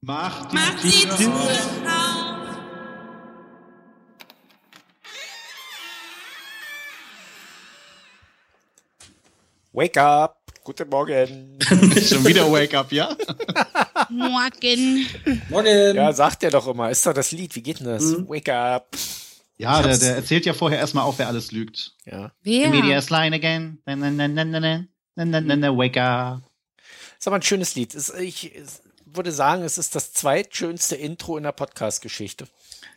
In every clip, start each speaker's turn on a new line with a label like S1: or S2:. S1: Mach die,
S2: Mach die
S1: Tür
S2: Tür
S1: auf.
S2: auf.
S3: Wake up! Guten Morgen!
S1: Schon wieder Wake Up, ja?
S2: Morgen.
S4: Morgen.
S3: Ja, sagt er doch immer. Ist doch das Lied. Wie geht denn das?
S4: Mhm.
S3: Wake up!
S1: Ja,
S4: Ich
S1: der,
S4: hab's-
S1: der erzählt ja vorher erstmal auf, wer alles lügt.
S3: Ja.
S1: The
S2: Wer?
S1: media is lying again. Na, na, na, na, na, na. Na, na, na, na, wake up.
S3: Ist aber ein schönes Lied. Ist, ich es- würde sagen, es ist das zweitschönste Intro in der Podcast-Geschichte.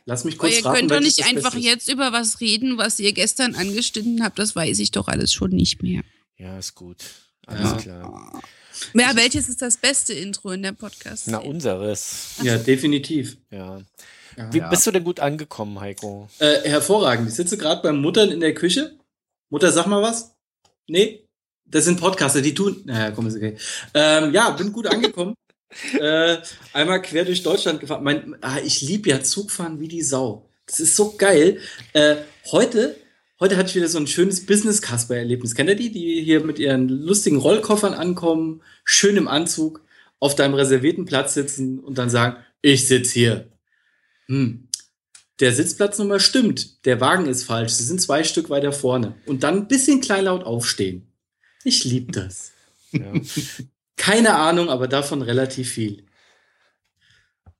S4: Lass mich
S2: Aber
S4: kurz
S2: Oh, ihr
S4: raten.
S2: könnt doch
S4: welches
S2: nicht
S4: das
S2: einfach
S4: Beste ist.
S2: jetzt über was reden, was ihr gestern angeschnitten habt. Das weiß ich doch alles schon nicht mehr.
S3: Ja, ist gut. Alles
S4: Ja.
S3: klar.
S2: Ja, welches ist das beste Intro in der Podcast?
S3: Na, unseres.
S4: Ja, definitiv.
S3: Ja.
S4: Ja.
S3: Wie bist du denn gut angekommen, Heiko?
S4: Äh, hervorragend. Ich sitze gerade bei Muttern in der Küche. Mutter, sag mal was. Nee, das sind Podcaster, die tun. Naja, komm, ist okay. Ähm, ja, bin gut angekommen. äh, einmal quer durch Deutschland gefahren. Mein, ah, ich liebe ja Zugfahren wie die Sau. Das ist so geil. Äh, heute, heute hatte ich wieder so ein schönes Business-Casper-Erlebnis. Kennt ihr die, die hier mit ihren lustigen Rollkoffern ankommen, schön im Anzug, auf deinem reservierten Platz sitzen und dann sagen, ich sitz hier. Hm, der Sitzplatznummer stimmt, der Wagen ist falsch, sie sind zwei Stück weiter vorne. Und dann ein bisschen kleinlaut aufstehen. Ich lieb das.
S3: Ja.
S4: Keine Ahnung, aber davon relativ viel.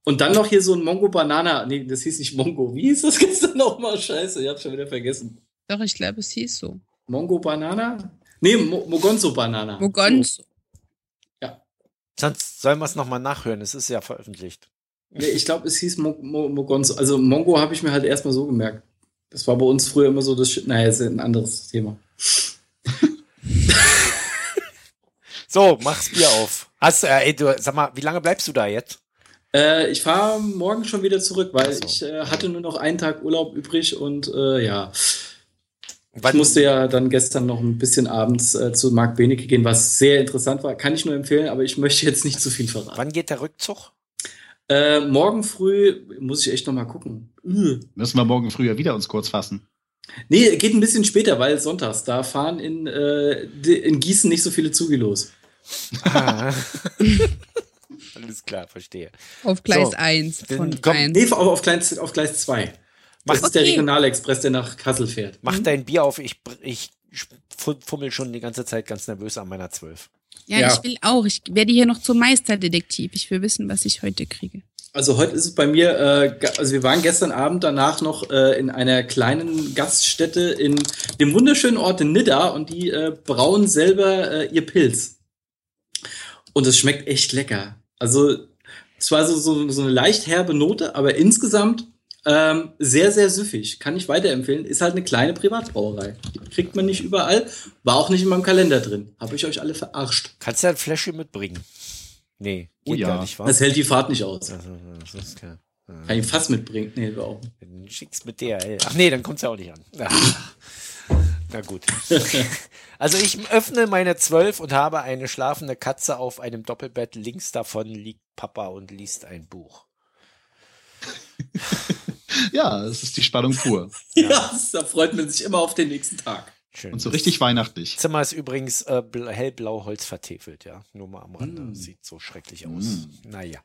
S4: Und dann noch hier so ein Mongo Banana. Nee, das hieß nicht Mongo. Wie hieß das gestern nochmal? Scheiße, ich hab's schon wieder vergessen.
S2: Doch, ich glaube, es hieß so.
S4: Mongo Banana? Nee, Mo Mogonzo Banana.
S2: Mogonzo.
S3: Sonst sollen wir es nochmal nachhören. Es ist ja veröffentlicht.
S4: Nee, ich glaube, es hieß Mo Mo Mogonzo. Also Mongo habe ich mir halt erstmal so gemerkt. Das war bei uns früher immer so das. Sch naja, ist ein anderes Thema.
S3: So, mach's Bier auf. Hast, äh, ey, du, sag mal, wie lange bleibst du da jetzt?
S4: Äh, ich fahre morgen schon wieder zurück, weil
S3: Ach so.
S4: ich äh, hatte nur noch einen Tag Urlaub übrig und äh, ja, ich
S3: Wann-
S4: musste ja dann gestern noch ein bisschen abends äh, zu Marc Benecke gehen, was sehr interessant war. Kann ich nur empfehlen, aber ich möchte jetzt nicht zu viel verraten.
S3: wann geht der Rückzug?
S4: Äh, morgen früh muss ich echt noch mal gucken. Üh.
S1: Müssen wir morgen früh ja wieder uns kurz fassen.
S4: Nee, geht ein bisschen später, weil sonntags, da fahren in, äh, di- in Gießen nicht so viele Züge los.
S3: Ah. Alles klar, verstehe.
S2: Auf Gleis
S3: So.
S2: 1 von
S3: Dann komm.
S2: 1.
S4: Nee, auf, auf, Gleis, auf Gleis 2.
S3: Mach-
S4: Das ist der
S2: Okay.
S4: Regionalexpress, der nach Kassel fährt.
S1: Mhm.
S3: Mach dein Bier auf, ich, br- ich sch- fu- fummel schon die ganze Zeit ganz nervös an meiner 12.
S2: Ja,
S4: Ja.
S2: ich will auch. Ich werde hier noch zum Meisterdetektiv. Ich will wissen, was ich heute kriege.
S4: Also heute ist es bei mir, äh, ga- also wir waren gestern Abend danach noch äh, in einer kleinen Gaststätte in dem wunderschönen Ort in Nidda und die äh, brauen selber äh, ihr Pilz. Und es schmeckt echt lecker. Also zwar so, so, so eine leicht herbe Note, aber insgesamt ähm, sehr, sehr süffig. Kann ich weiterempfehlen. Ist halt eine kleine Privatbrauerei. Die kriegt man nicht überall. War auch nicht in meinem Kalender drin. Habe ich euch alle verarscht.
S3: Kannst du ein Fläschchen mitbringen? Nee,
S1: Oh
S3: geht
S1: ja.
S3: gar nicht, wa?
S4: Das hält die Fahrt nicht aus.
S3: Also, das ist klar.
S4: Kann ich ein Fass mitbringen? Nee, wir auch.
S3: Dann schick's mit der. Ey. Ach nee, dann kommt's ja auch nicht an. Na, na gut. Also ich öffne meine 12 und habe eine schlafende Katze auf einem Doppelbett. Links davon liegt Papa und liest ein Buch.
S1: Ja, es ist die Spannung pur.
S4: Ja, da freut man sich immer auf den nächsten Tag.
S3: Schön.
S1: Und so richtig weihnachtlich.
S3: Zimmer ist übrigens äh, bl- hellblau Holz vertäfelt, ja. Nur mal am Rande.
S4: Mm.
S3: Sieht so schrecklich aus. Naja,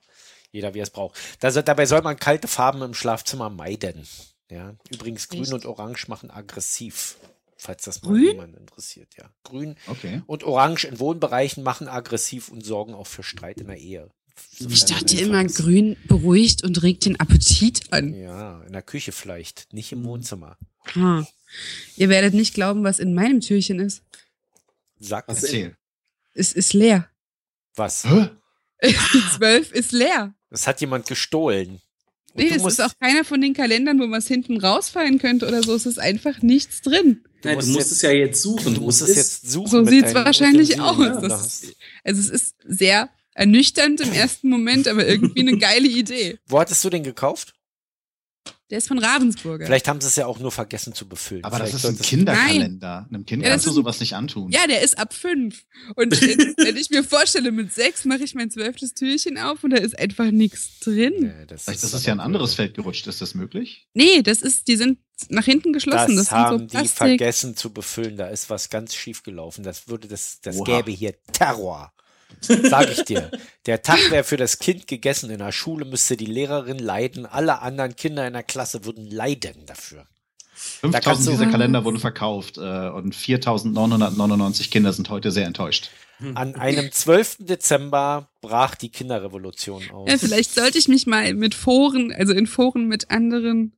S3: jeder wie er es braucht. Da soll- dabei soll man kalte Farben im Schlafzimmer meiden. Ja. Übrigens, grün
S2: Echt?
S3: und orange machen aggressiv. Falls das mal
S2: Grün?
S3: jemand interessiert, ja. Grün
S1: Okay.
S3: und orange in Wohnbereichen machen aggressiv und sorgen auch für Streit in der Ehe. Sofern
S2: Ich
S3: man
S2: dachte
S3: einfach
S2: immer,
S3: ist.
S2: grün beruhigt und regt den Appetit an.
S3: Ja, in der Küche vielleicht, nicht im Wohnzimmer.
S2: Ha. Ihr werdet nicht glauben, was in meinem Türchen ist.
S3: Sag
S4: Was
S3: was?
S4: ist-
S1: Erzähl.
S2: Es ist leer.
S3: was?
S1: Hä?
S2: Die zwölf ist leer.
S3: Das hat jemand gestohlen. Und
S2: Nee,
S3: du
S2: es
S3: musst-
S2: ist auch keiner von den Kalendern, wo was hinten rausfallen könnte oder so. Es ist einfach nichts drin.
S4: Du Nein,
S3: musst
S4: du musst
S3: jetzt-
S4: es ja jetzt suchen.
S3: Du musst
S4: wo
S3: es
S4: ist.
S3: jetzt suchen.
S2: So
S3: mit
S2: sieht's
S3: deinen
S2: wahrscheinlich
S3: Utensilien,
S2: aus.
S3: die du
S2: Das-
S3: hast.
S2: Also es ist sehr ernüchternd im ersten Moment, aber irgendwie eine geile Idee.
S3: Wo hattest du den gekauft?
S2: Der ist von Ravensburger.
S3: Vielleicht haben sie es ja auch nur vergessen zu befüllen.
S1: Aber das
S3: Vielleicht
S1: ist ein
S3: sollte-
S1: Kinderkalender. Einem Kind
S2: Ja, das
S1: kannst du
S2: ist-
S1: sowas nicht antun.
S2: Ja, der ist ab fünf. Und wenn wenn ich mir vorstelle, mit sechs mache ich mein zwölftes Türchen auf und da ist einfach nichts drin.
S3: Nee, das
S1: Vielleicht ist es ja ein
S3: aber
S1: anderes
S3: blöd.
S1: Feld gerutscht. Ist das möglich?
S2: Nee, das ist, die sind nach hinten
S3: Das,
S2: geschlossen. Das,
S3: haben
S2: sind so
S3: die
S2: Plastik.
S3: vergessen zu befüllen. Da ist was ganz schief gelaufen. Das würde das, das
S1: Oha.
S3: gäbe hier Terror. Sag ich dir. Der Tag wäre für das Kind gegessen. In der Schule müsste die Lehrerin leiden. Alle anderen Kinder in der Klasse würden leiden dafür. Da kannst
S1: 5000
S3: du-
S1: dieser Kalender wurden verkauft äh, und 4999 Kinder sind heute sehr enttäuscht.
S3: An einem 12. Dezember brach die Kinderrevolution aus.
S2: Ja, vielleicht sollte ich mich mal mit Foren, also in Foren mit anderen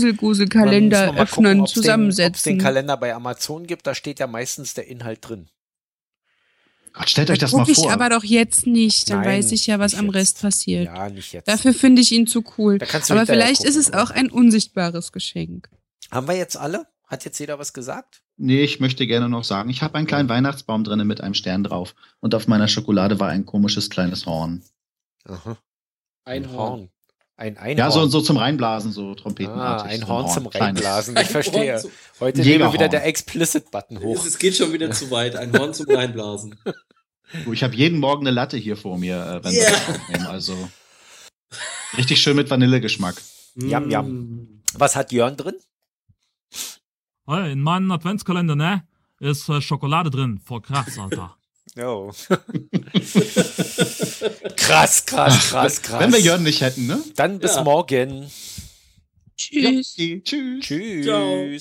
S2: Wuselgusel-Kalender öffnern,
S3: Ob es den
S2: zusammensetzen.
S3: Kalender bei Amazon gibt, da steht ja meistens der Inhalt drin.
S1: Gott, stellt euch das mal
S2: guck ich
S1: vor.
S2: aber doch jetzt nicht, dann
S3: Nein,
S2: weiß ich ja, was
S3: nicht
S2: am
S3: jetzt.
S2: Rest passiert.
S3: Ja, nicht jetzt.
S2: Dafür finde ich ihn zu cool.
S3: Da kannst du
S2: Aber
S3: hinterher
S2: vielleicht ist
S3: gucken.
S2: es auch ein unsichtbares Geschenk.
S3: Haben wir jetzt alle? Hat jetzt jeder was gesagt?
S1: nee, ich möchte gerne noch sagen, ich habe einen kleinen Weihnachtsbaum drinnen mit einem Stern drauf und auf meiner Schokolade war ein komisches kleines Horn.
S3: Aha.
S4: Ein Horn.
S3: Ein Einhorn.
S1: Ja, so, so zum Reinblasen, so
S3: ah,
S1: trompetenartig.
S3: ein
S1: so
S3: Horn zum
S1: kleines.
S3: Reinblasen.
S4: Ein
S3: Ich verstehe.
S4: Horn zum-
S3: Heute nehmen wir
S1: Jägerhorn.
S3: wieder der Explicit-Button hoch.
S4: Es geht schon
S3: Oh.
S4: wieder zu weit. Ein Horn zum Reinblasen.
S1: Du, Ich habe jeden Morgen eine Latte hier vor mir, äh, wenn
S4: Yeah.
S1: wir das aufnehmen. Also richtig schön mit Vanillegeschmack.
S3: Yum,
S4: yum.
S3: Was hat Jörn drin?
S5: Hey, in meinem Adventskalender, ne? Ist äh, Schokolade drin. Voll krass, Alter.
S3: No. krass, krass, krass, krass.
S1: Wenn wir Jörn nicht hätten, ne?
S3: Dann bis
S4: Ja.
S3: morgen.
S2: Tschüss.
S1: Tschüss.
S3: Tschüss.
S4: Ciao.